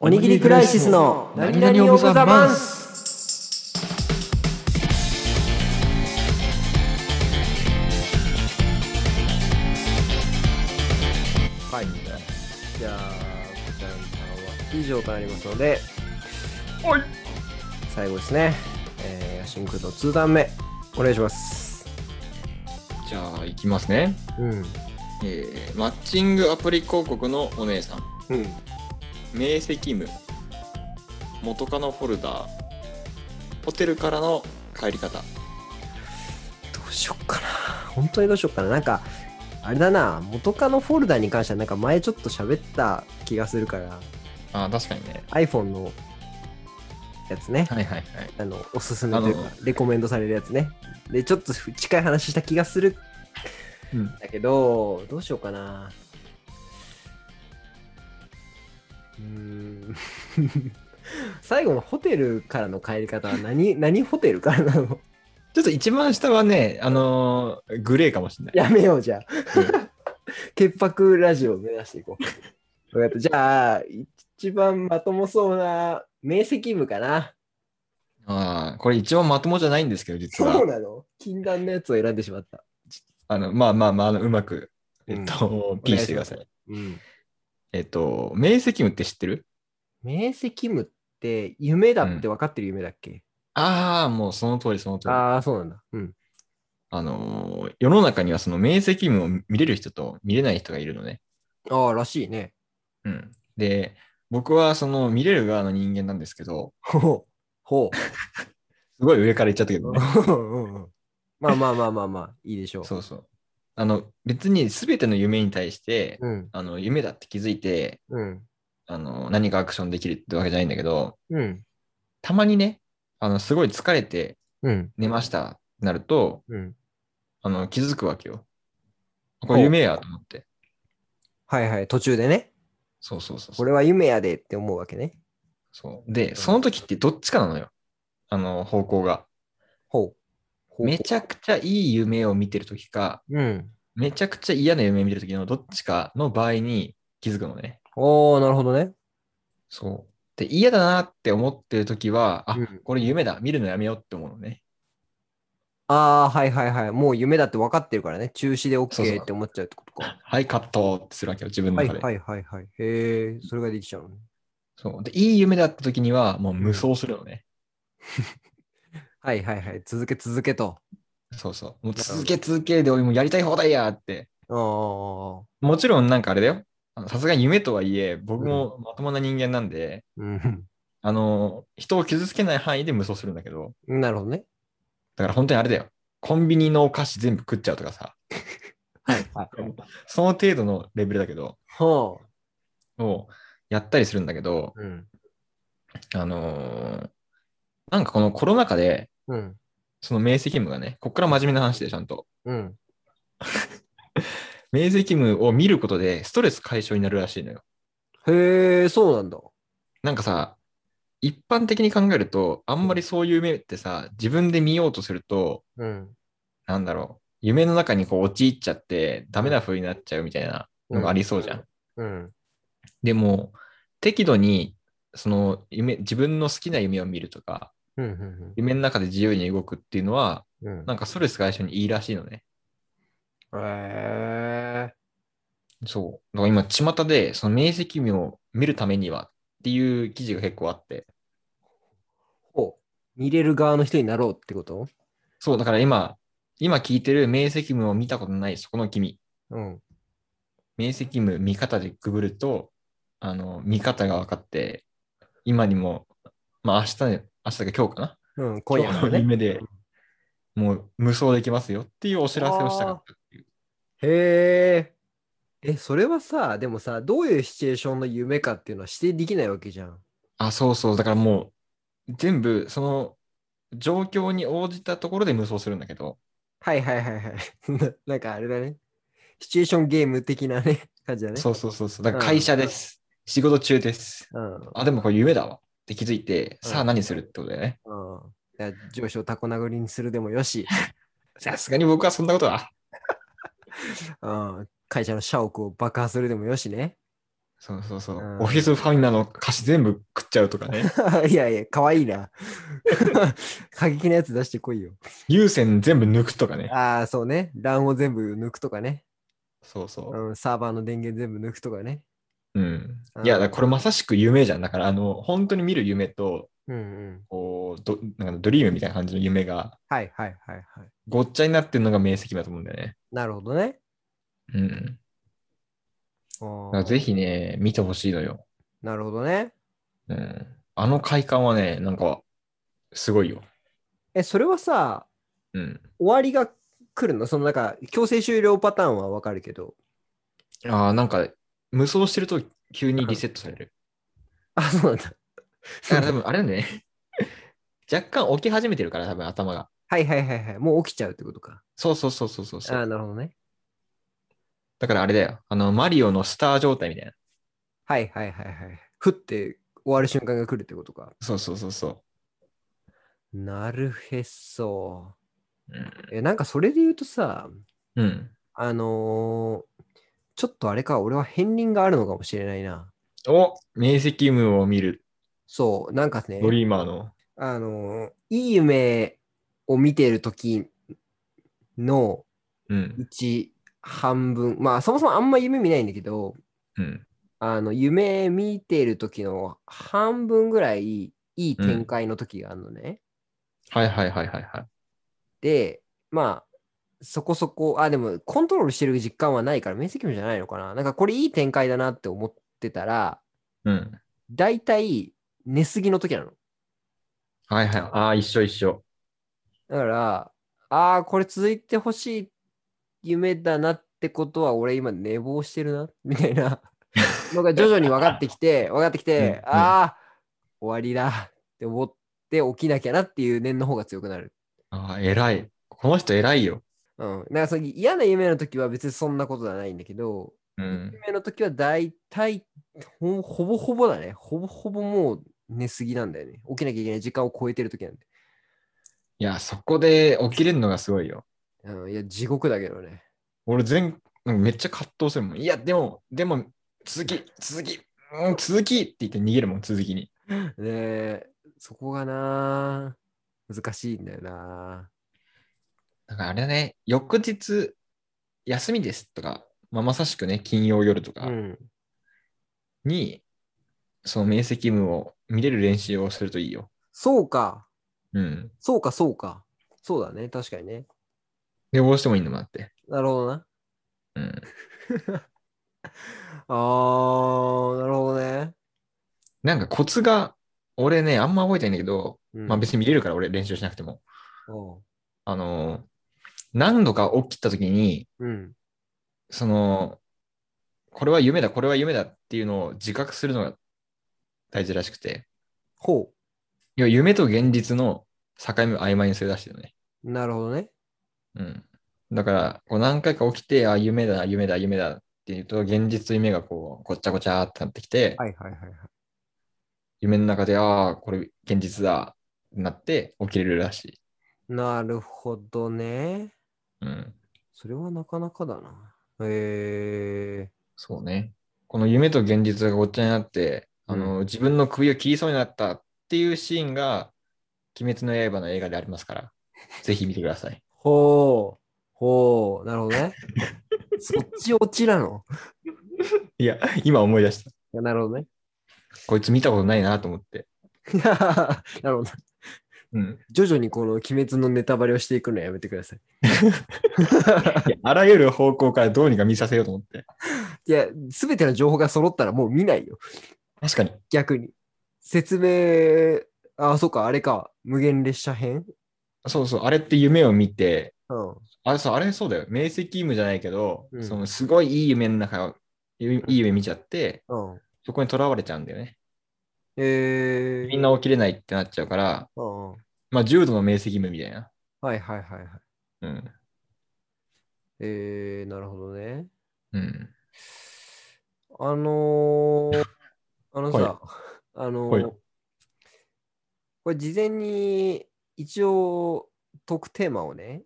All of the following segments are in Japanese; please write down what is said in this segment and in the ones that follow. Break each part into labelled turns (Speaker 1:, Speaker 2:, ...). Speaker 1: おにぎりクライシスの
Speaker 2: 何々オブザマンス
Speaker 1: はいじゃあこちらのターンは以上となりますので
Speaker 2: はい
Speaker 1: 最後ですねえー、ヤシンクの2段目お願いします
Speaker 2: じゃあいきますね、
Speaker 1: うん
Speaker 2: えーマッチングアプリ広告のお姉さん
Speaker 1: うん
Speaker 2: 明晰夢元カノフォルダーホテルからの帰り方
Speaker 1: どうしよっかな。本当にどうしよっかな。なんか、あれだな、元カノフォルダに関しては、なんか前ちょっと喋った気がするから、
Speaker 2: ああ確かにね
Speaker 1: iPhone のやつね。
Speaker 2: はいはいはい
Speaker 1: あの、おすすめという
Speaker 2: あ
Speaker 1: か、レコメンドされるやつね。で、ちょっと近い話した気がするん
Speaker 2: うん
Speaker 1: だけど、どうしようかな。うーん 最後のホテルからの帰り方は何、 何ホテルからなの
Speaker 2: ちょっと一番下はね、あのーグレーかもしれない。
Speaker 1: やめようじゃあ
Speaker 2: うん
Speaker 1: 潔白ラジオを目指していこう。わかったじゃあ、一番まともそうな、明晰部かな。
Speaker 2: ああ、これ一番まともじゃないんですけど、実
Speaker 1: そう
Speaker 2: は。
Speaker 1: なの禁断のやつを選んでしまった。
Speaker 2: あの、まあまあまあ、あのうまく、えっと、ピーしてくださ
Speaker 1: お願
Speaker 2: い。
Speaker 1: うん。
Speaker 2: えっと、明晰夢って知ってる
Speaker 1: 明晰部って夢だって分かってる夢だっけ、
Speaker 2: ああ、もうその通り、その通り。あ、
Speaker 1: ああ、そうなんだ。うん。
Speaker 2: のー世の中にはその明晰夢を見れる人と見れない人がいるのね。
Speaker 1: ああ、らしいね。
Speaker 2: うん。で、僕はその見れる側の人間なんですけど、
Speaker 1: ほう。ほ
Speaker 2: すごい上から言っちゃったけ
Speaker 1: う。
Speaker 2: どね。
Speaker 1: うんうんまあまあまあまあまあ、いいでしょう。
Speaker 2: そうそう。あの、別に全ての夢に対して、
Speaker 1: うん。
Speaker 2: あの、夢だって気づいて、
Speaker 1: うん。
Speaker 2: あの、何かアクションできるってわけじゃないんだけど、
Speaker 1: うん。
Speaker 2: たまにね、あの、すごい疲れて
Speaker 1: うん。
Speaker 2: 寝ましたってなると、
Speaker 1: うん。
Speaker 2: あの、気づくわけよ。こ
Speaker 1: ほう
Speaker 2: れ夢やと思って。
Speaker 1: はいはい。途中でね。
Speaker 2: そうそうそうそう
Speaker 1: 俺は夢やでって思うわけね。
Speaker 2: そう。で、その時ってどっちかなのよ。あの、方向が。
Speaker 1: ほう。ほう
Speaker 2: めちゃくちゃいい夢を見てる時か、
Speaker 1: うん。
Speaker 2: めちゃくちゃ嫌な夢見てる時のどっちかの場合に気づくのね。
Speaker 1: おー、なるほどね。
Speaker 2: そう。で、嫌だなって思ってる時は、あ、
Speaker 1: うん
Speaker 2: これ夢だ。見るのやめようって思うのね。
Speaker 1: ああ、はいはいはい。もう夢だって分かってるからね。中止で
Speaker 2: そうそう
Speaker 1: OK って思っちゃうってことか。
Speaker 2: はい、カットってするわけよ、自分の
Speaker 1: はい
Speaker 2: 中で。
Speaker 1: はいはいはい。へえ、それができちゃうのね。
Speaker 2: そう。で、いい夢だった時には、もう無双するのね。
Speaker 1: はいはいはい。続け続けと。
Speaker 2: そうそう。もう続け続けで、俺もうやりたい放題やって。
Speaker 1: ああ。
Speaker 2: もちろんなんかあれだよ。あのさすがに夢とはいえ、僕もまともな人間なんで、
Speaker 1: うん。
Speaker 2: あの、人を傷つけない範囲で無双するんだけど、
Speaker 1: なるほどね。
Speaker 2: だから本当にあれだよ。コンビニのお菓子全部食っちゃうとかさ、
Speaker 1: はいはい。
Speaker 2: その程度のレベルだけど、
Speaker 1: ほ
Speaker 2: をやったりするんだけど、
Speaker 1: う。うん。
Speaker 2: あのーなんかこのコロナ禍で、
Speaker 1: うん。
Speaker 2: その明晰夢がね、こっから真面目な話でちゃんと、
Speaker 1: うん。
Speaker 2: 明晰夢を見ることでストレス解消になるらしいのよ。
Speaker 1: へえ、そうなんだ。
Speaker 2: なんかさ、一般的に考えると、あんまりそういう夢ってさ、自分で見ようとすると、
Speaker 1: うん。
Speaker 2: なんだろう、夢の中にこう陥っちゃって、ダメな風になっちゃうみたいなのがありそうじゃん。
Speaker 1: うん。
Speaker 2: でも、適度に、その夢、自分の好きな夢を見るとか、
Speaker 1: うん。うん。
Speaker 2: 夢の中で自由に動くっていうのは、
Speaker 1: うん。
Speaker 2: なんかストレス解消にいいらしいのね。
Speaker 1: へえ。
Speaker 2: そう。だから今、巷で、その明晰夢を見るためにはっていう記事が結構あって、
Speaker 1: ほう。見れる側の人になろうってこと
Speaker 2: そう、だから今、今聞いてる明晰夢を見たことないそこの君、
Speaker 1: うん。
Speaker 2: 明晰夢見方でくぐると、あの、見方が分かって、今にも、まあ明日ね、明日が今日かな
Speaker 1: うん。今夜の
Speaker 2: 今日の
Speaker 1: ね。
Speaker 2: 夢で、もう無双できますよっていうお知らせをしたかったっていう。
Speaker 1: へえ。え、それはさ、でもさ、どういうシチュエーションの夢かっていうのは指定できないわけじゃん。
Speaker 2: あ、そうそう。だからもう、全部、その、状況に応じたところで無双するんだけど、
Speaker 1: はいはいはいはい。 ななんかあれだね。シチュエーションゲーム的なね、 感じだね。。
Speaker 2: そううそうそうそう。だから会社です。仕事中です。
Speaker 1: うん。うん。
Speaker 2: あ、でもこれ夢だわって気づいて、
Speaker 1: うん
Speaker 2: さあ何するってことだよね。
Speaker 1: いや上司をタコ殴りにするでもよし、
Speaker 2: さすがに僕はそんなことは。
Speaker 1: うん、会社の社屋を爆破するでもよしね。
Speaker 2: そうそうそう
Speaker 1: うん。
Speaker 2: オフィスファミマの菓子全部食っちゃうと かね。
Speaker 1: いやいや、かわいいな。 過激なやつ出してこいよ。
Speaker 2: 有線全部抜くとかね。
Speaker 1: ああ、そうね。欄を全部抜くとかね、
Speaker 2: そうそう。
Speaker 1: うん。サーバーの電源全部抜くとかね。
Speaker 2: うん
Speaker 1: う。ん
Speaker 2: いや、だからこれまさしく夢じゃん。だから、あの、本当に見る夢と、
Speaker 1: うんうん。
Speaker 2: こう、どなんかドリームみたいな感じの夢が、
Speaker 1: はいはいはいはい。
Speaker 2: ごっちゃになってるのが明晰だと思うんだよね。
Speaker 1: なるほどね。
Speaker 2: うん。だから
Speaker 1: あ
Speaker 2: ぜひね、見てほしいのよ。
Speaker 1: なるほどね。
Speaker 2: うん。あの快感はね、なんか、すごいよ。
Speaker 1: え、それはさ、
Speaker 2: うん。
Speaker 1: 終わりが来るのそのなんか、強制終了パターンはわかるけど。
Speaker 2: ああ、なんか、無双してると急にリセットされる。
Speaker 1: あ、そうなんだ。
Speaker 2: だから多分、あれなんだよね。 若干起き始めてるから、多分頭が。
Speaker 1: はいはいはいはい。もう起きちゃうってことか。
Speaker 2: そうそうそうそうそう
Speaker 1: あ
Speaker 2: そ
Speaker 1: あ、
Speaker 2: う。
Speaker 1: なるほどね。
Speaker 2: だからあれだよ。あの、マリオのスター状態みたいな。
Speaker 1: はいはいはいはい。ふって終わる瞬間が来るってことか。
Speaker 2: そうそうそうそ
Speaker 1: なるへそ。
Speaker 2: う。うん。
Speaker 1: え、なんかそれで言うとさ、
Speaker 2: うん。
Speaker 1: あのーちょっとあれか、俺は片鱗があるのかもしれないな。
Speaker 2: お明晰夢を見る
Speaker 1: そう、なんかね、
Speaker 2: ドリーマーの。
Speaker 1: あのーいい夢を見てる時の
Speaker 2: うん
Speaker 1: う。ち半分、まあそもそもあんま夢見ないんだけど、
Speaker 2: うん。
Speaker 1: あの夢見てる時の半分ぐらいいい展開の時があるのね。
Speaker 2: はいはいはいはいはい。
Speaker 1: で、まあ、そこそこ、あ、でも、コントロールしてる実感はないから、面積もじゃないのかな。なんか、これいい展開だなって思ってたら、
Speaker 2: うん。
Speaker 1: 大体、寝すぎの時なの。
Speaker 2: はいはい。ああ、一緒一緒。
Speaker 1: だから、ああ、これ続いてほしい夢だなってことは、俺今寝坊してるな、みたい なのが徐々に分かってきて、分かってきて、
Speaker 2: うんうん
Speaker 1: ああ、終わりだって思って起きなきゃなっていう念の方が強くなる。
Speaker 2: ああ、偉い。この人偉いよ。
Speaker 1: うん。だからその嫌な夢の時は別にそんなことはないんだけど、
Speaker 2: うん。
Speaker 1: 夢の時は大体ほほぼほぼだね。ほぼほぼもう寝すぎなんだよね。起きなきゃいけない時間を超えてる時なんで。
Speaker 2: いや、そこで起きれるのがすごいよ。
Speaker 1: うん、いや、地獄だけどね。
Speaker 2: 俺全、なんかめっちゃ葛藤するもん。いや、でも、でも、続き、続き、うん、続きって言って逃げるもん、続きに。
Speaker 1: ねえそこがなあ、難しいんだよな。
Speaker 2: だからあれだね、翌日、休みですとか、まあ、まさしくね、金曜夜と
Speaker 1: う
Speaker 2: か
Speaker 1: ん。
Speaker 2: に、その明晰夢を見れる練習をするといいよ。
Speaker 1: そうか、
Speaker 2: うん。
Speaker 1: そうか、そうか。そうだね、確かにね。
Speaker 2: 寝坊してもいいんだもんだって。
Speaker 1: なるほどな。
Speaker 2: うん。
Speaker 1: あー、なるほどね。
Speaker 2: なんかコツが、俺ね、あんま覚えてないんだけど、
Speaker 1: うん、
Speaker 2: まあ別に見れるから俺練習しなくても。
Speaker 1: おう
Speaker 2: あのー何度か起きた時に、
Speaker 1: うん。
Speaker 2: その、これは夢だ、これは夢だっていうのを自覚するのが大事らしくて、
Speaker 1: ほ
Speaker 2: 要は夢と現実の境目を曖昧にするらしいよね。
Speaker 1: う。なるほどね。
Speaker 2: うん。だから、こう何回か起きて、あ、夢だ、夢だ、夢だっていうと、現実と夢がこう、ごっちゃごちゃってなってきて、
Speaker 1: はいはいはいはい。
Speaker 2: 夢の中で、ああ、これ現実だってなって起きれるらしい。
Speaker 1: なるほどね。
Speaker 2: うん。
Speaker 1: それはなかなかだな。へえ
Speaker 2: そうね。この夢と現実がごっちゃになって、あの、自分の首を切りそうになったっていうシーンが、鬼滅の刃の映画であります から、ぜひ見てください。
Speaker 1: ほう。ほう。なるほど ね。そっち落ちなの。
Speaker 2: いや、今思い出した。
Speaker 1: いやなるほどね。
Speaker 2: こいつ見たことないなと思って。
Speaker 1: なるほど。
Speaker 2: うん。
Speaker 1: 徐々にこの鬼滅のネタバレをしていくのやめてください。
Speaker 2: いやあらゆる方向からどうにか見させようと思って。
Speaker 1: いや、すべての情報が揃ったらもう見ないよ。
Speaker 2: 確かに。
Speaker 1: 逆に。説明、あ、そうか、あれか。無限列車編
Speaker 2: そうそう、あれって夢を見て、
Speaker 1: うん。
Speaker 2: あれそう、あれそうだよ。明晰夢じゃないけど、
Speaker 1: うん
Speaker 2: そのすごいいい夢の中を、いいいい夢見ちゃって、
Speaker 1: うん。
Speaker 2: そこにとらわれちゃうんだよね。
Speaker 1: え
Speaker 2: み
Speaker 1: ー。
Speaker 2: んな起きれないってなっちゃうから、
Speaker 1: うん。はい
Speaker 2: まあ、重度の明晰夢みたいな。
Speaker 1: はいはいはい。
Speaker 2: うん。
Speaker 1: えー、なるほどね。
Speaker 2: うん。
Speaker 1: あのー、あのさ、
Speaker 2: は
Speaker 1: あのー
Speaker 2: はい
Speaker 1: これ事前に一応トークテーマをね、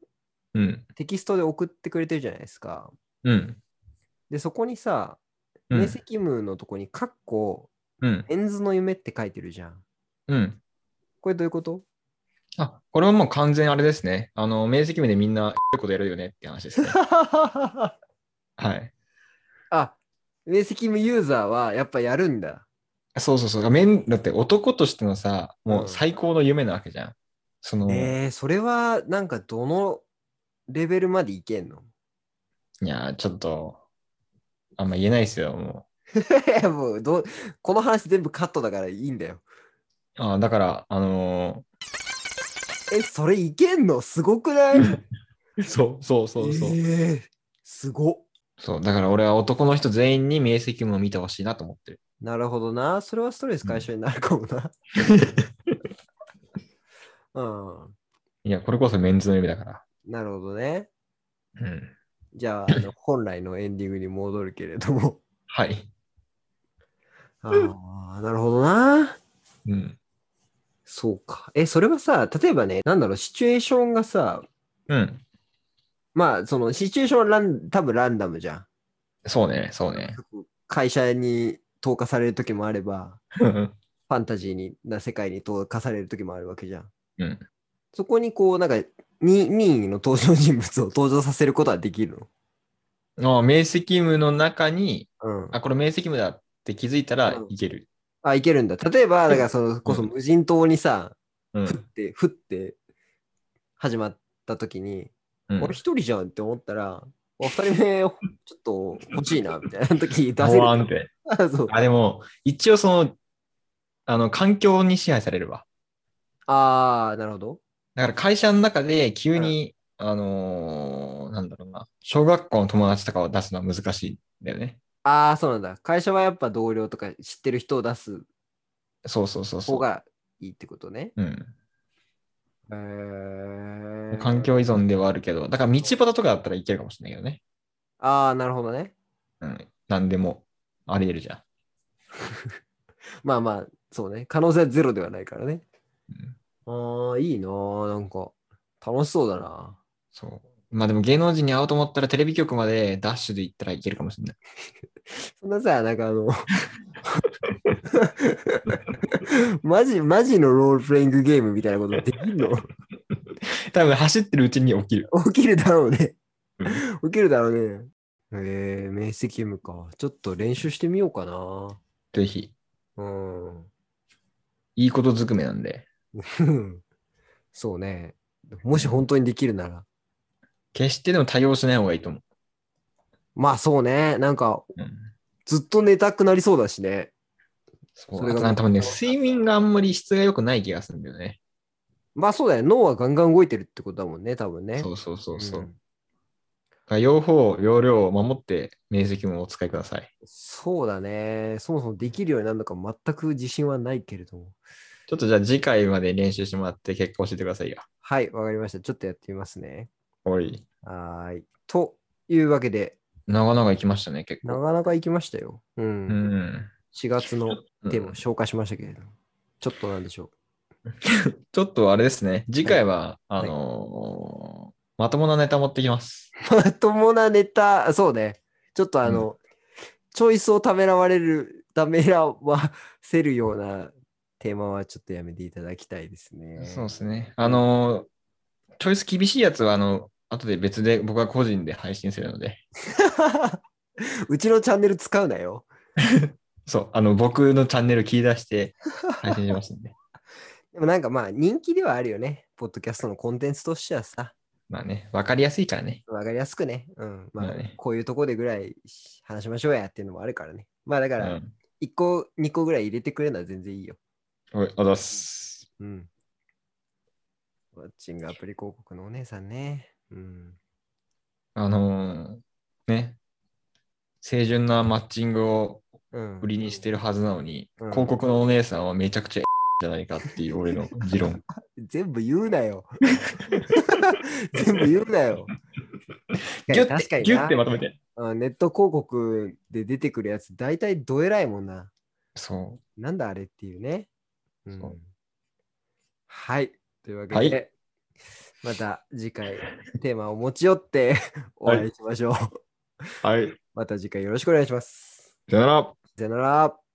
Speaker 2: うん。
Speaker 1: テキストで送ってくれてるじゃないですか。
Speaker 2: うん。
Speaker 1: で、そこにさ、
Speaker 2: うん
Speaker 1: 明晰夢のとこに、かっこ、
Speaker 2: うん。
Speaker 1: エンズの夢って書いてるじゃん。
Speaker 2: うん。
Speaker 1: これどういう こと
Speaker 2: あ、これはもう完全あれですね。あの、明晰夢でみんな、 いいことやるよねって話で すね。はい。
Speaker 1: あ、明晰夢ユーザーはやっぱやるんだ。
Speaker 2: そうそうそう。めんだって男としてのさ、もうんう最高の夢なわけじゃん。その、
Speaker 1: えー、それはなんかどのレベルまでいけんの
Speaker 2: いやー、ちょっと、あんま言えないですよ、も
Speaker 1: いやもうどうこの話全部カットだからいいんだよ。
Speaker 2: う。あーだから、あの
Speaker 1: え、それいけんのすごくない
Speaker 2: ーそうそうそうそう、
Speaker 1: えーすごっ
Speaker 2: そう、だから俺は男の人全員に明晰夢を見てほしいなと思ってる。
Speaker 1: なるほどな。それはストレス解消になるかも な。うん、
Speaker 2: いや、これこそメンズの夢だから。
Speaker 1: なるほどね。
Speaker 2: うん。
Speaker 1: じゃああの、本来のエンディングに戻るけれど も。
Speaker 2: はい。
Speaker 1: ああ、なるほどな。
Speaker 2: うん。
Speaker 1: そうか。え、それはさ、例えばね、なんだろう、シチュエーションがさ、
Speaker 2: うん。
Speaker 1: まあ、そのシチュエーションはラン多分ランダムじゃん。
Speaker 2: そうね、そ うね。
Speaker 1: 会社に投下される時もあれば、
Speaker 2: うん。
Speaker 1: ファンタジーにな世界に投下される時もあるわけじゃん。
Speaker 2: うん
Speaker 1: そこにこう、なんか、に任意の登場人物を登場させることはできる
Speaker 2: あー明晰夢の中に、
Speaker 1: のうん。
Speaker 2: あ、これ明晰夢だって気づいたらいける。
Speaker 1: あ、いけるんだ。例えば、だから、その、こそ無人島にさ、
Speaker 2: う ん。
Speaker 1: ふって、ふって、始まった時に、
Speaker 2: うん
Speaker 1: 俺一人じゃんって思ったら、お二人目、ちょっと欲しいな、みたいな 時出せ
Speaker 2: ボワンっ
Speaker 1: る。
Speaker 2: て。
Speaker 1: あ、 そう。
Speaker 2: あ、でも、一応その、あの、環境に支配されるわ。
Speaker 1: あー、なるほど。
Speaker 2: だから会社の中で急に、あのーなんだろうな、小学校の友達とかを出すのは難しいんだよね。
Speaker 1: あー、そうなんだ。会社はやっぱ同僚とか知ってる人を出す
Speaker 2: そうそうそうそ
Speaker 1: 方
Speaker 2: う。
Speaker 1: がいいってことね。
Speaker 2: うん、
Speaker 1: へー
Speaker 2: 環。境依存ではあるけど、だから道端とかだったらいけるかもしれないけどね。
Speaker 1: あー、なるほどね。
Speaker 2: うん。なんでもあり得るじゃん。
Speaker 1: まあまあ、そうね。可能性はゼロではないからね。
Speaker 2: うん、
Speaker 1: ああ、いいなーなんか、楽しそうだな。
Speaker 2: そう。まあでも芸能人に会おうと思ったらテレビ局までダッシュで行ったらいけるかもしれない。
Speaker 1: そんなさ、なんかあの、マジ、マジのロールプレイングゲームみたいなことできん の
Speaker 2: 多分走ってるうちに起きる。
Speaker 1: 起きるだろうね
Speaker 2: う。
Speaker 1: 起きるだろうね。えー、明晰夢か。ちょっと練習してみようかな。
Speaker 2: ぜひ。
Speaker 1: うん。
Speaker 2: いいことずくめなんで。
Speaker 1: そうね。もし本当にできるなら。
Speaker 2: 決してでも対応しない方がいいと思う。
Speaker 1: まあそうね。なんか、
Speaker 2: うん、
Speaker 1: ずっと寝たくなりそうだしね。
Speaker 2: そう
Speaker 1: それが
Speaker 2: あとなんか多分ね、睡眠があんまり質が良くない気がするんだよね。
Speaker 1: まあそうだよ。脳はガンガン動いてるってことだもんね、多分ね。
Speaker 2: そうそうそうそう。
Speaker 1: ん
Speaker 2: だから両方、容量を守って、明晰夢をお使いください。
Speaker 1: そうだね。そもそもできるようになるのか全く自信はないけれども。
Speaker 2: ちょっとじゃあ次回まで練習してもらって結果教えてくださいよ。
Speaker 1: はい、わかりました。ちょっとやってみますね。
Speaker 2: おい。
Speaker 1: はーい。というわけで、
Speaker 2: なかなか行きましたね、結
Speaker 1: な
Speaker 2: 構。
Speaker 1: かなか行きましたよ。う。
Speaker 2: うんん。
Speaker 1: 4月のテーマ
Speaker 2: う
Speaker 1: を
Speaker 2: ん
Speaker 1: 紹介しましたけれども。ちょっとなんで しょ
Speaker 2: ちょっとあれですね。次回は、あのーまともなネタ持ってきます。
Speaker 1: う。まともなネタ、そうね。ちょっとあの、チョイスをためらわれる、ためらわせるようなテーマはちょっとやめていただきたいですね。
Speaker 2: そうですね。あのーチョイス厳しいやつは、あの、後で別で僕は個人で配信するので。
Speaker 1: うちのチャンネル使うなよ。
Speaker 2: そう、あの、僕のチャンネル切り出して配信しますんで。
Speaker 1: でもなんかまあ人気ではあるよね。ポッドキャストのコンテンツとしてはさ、
Speaker 2: まあね、わかりやすいからね。
Speaker 1: わかりやすくね。うん。まあ
Speaker 2: まあね
Speaker 1: こういうとこでぐらい話しましょうやっていうのもあるからね。まあだか
Speaker 2: う
Speaker 1: ら、
Speaker 2: ん。
Speaker 1: 1個、2個ぐらい入れてくれるのは全然いいよ。
Speaker 2: おい、おだっす。
Speaker 1: うん。マッチングアプリ広告のお姉さんね。うん。
Speaker 2: あのーね、清純なマッチングを
Speaker 1: うん、
Speaker 2: 売りにしてるはずなのに、
Speaker 1: うん
Speaker 2: 広告のお姉さんはめちゃくちゃじゃないかっていう俺の持論。
Speaker 1: 全部言うなよ。 全部言うなよ。
Speaker 2: ギ
Speaker 1: 確
Speaker 2: ュ
Speaker 1: か
Speaker 2: ッて、
Speaker 1: に
Speaker 2: ギュッ
Speaker 1: な
Speaker 2: てまとめて。
Speaker 1: うんネット広告で出てくるやつ、大体どえらいもんな。
Speaker 2: そ
Speaker 1: なんだあれっていうね。うん
Speaker 2: そう
Speaker 1: はい。というわけ
Speaker 2: は
Speaker 1: で、
Speaker 2: い
Speaker 1: また次回テーマを持ち寄ってお会いしましょう。
Speaker 2: う。はい。
Speaker 1: また次回よろしくお願いします。
Speaker 2: さよなら。
Speaker 1: さよなら。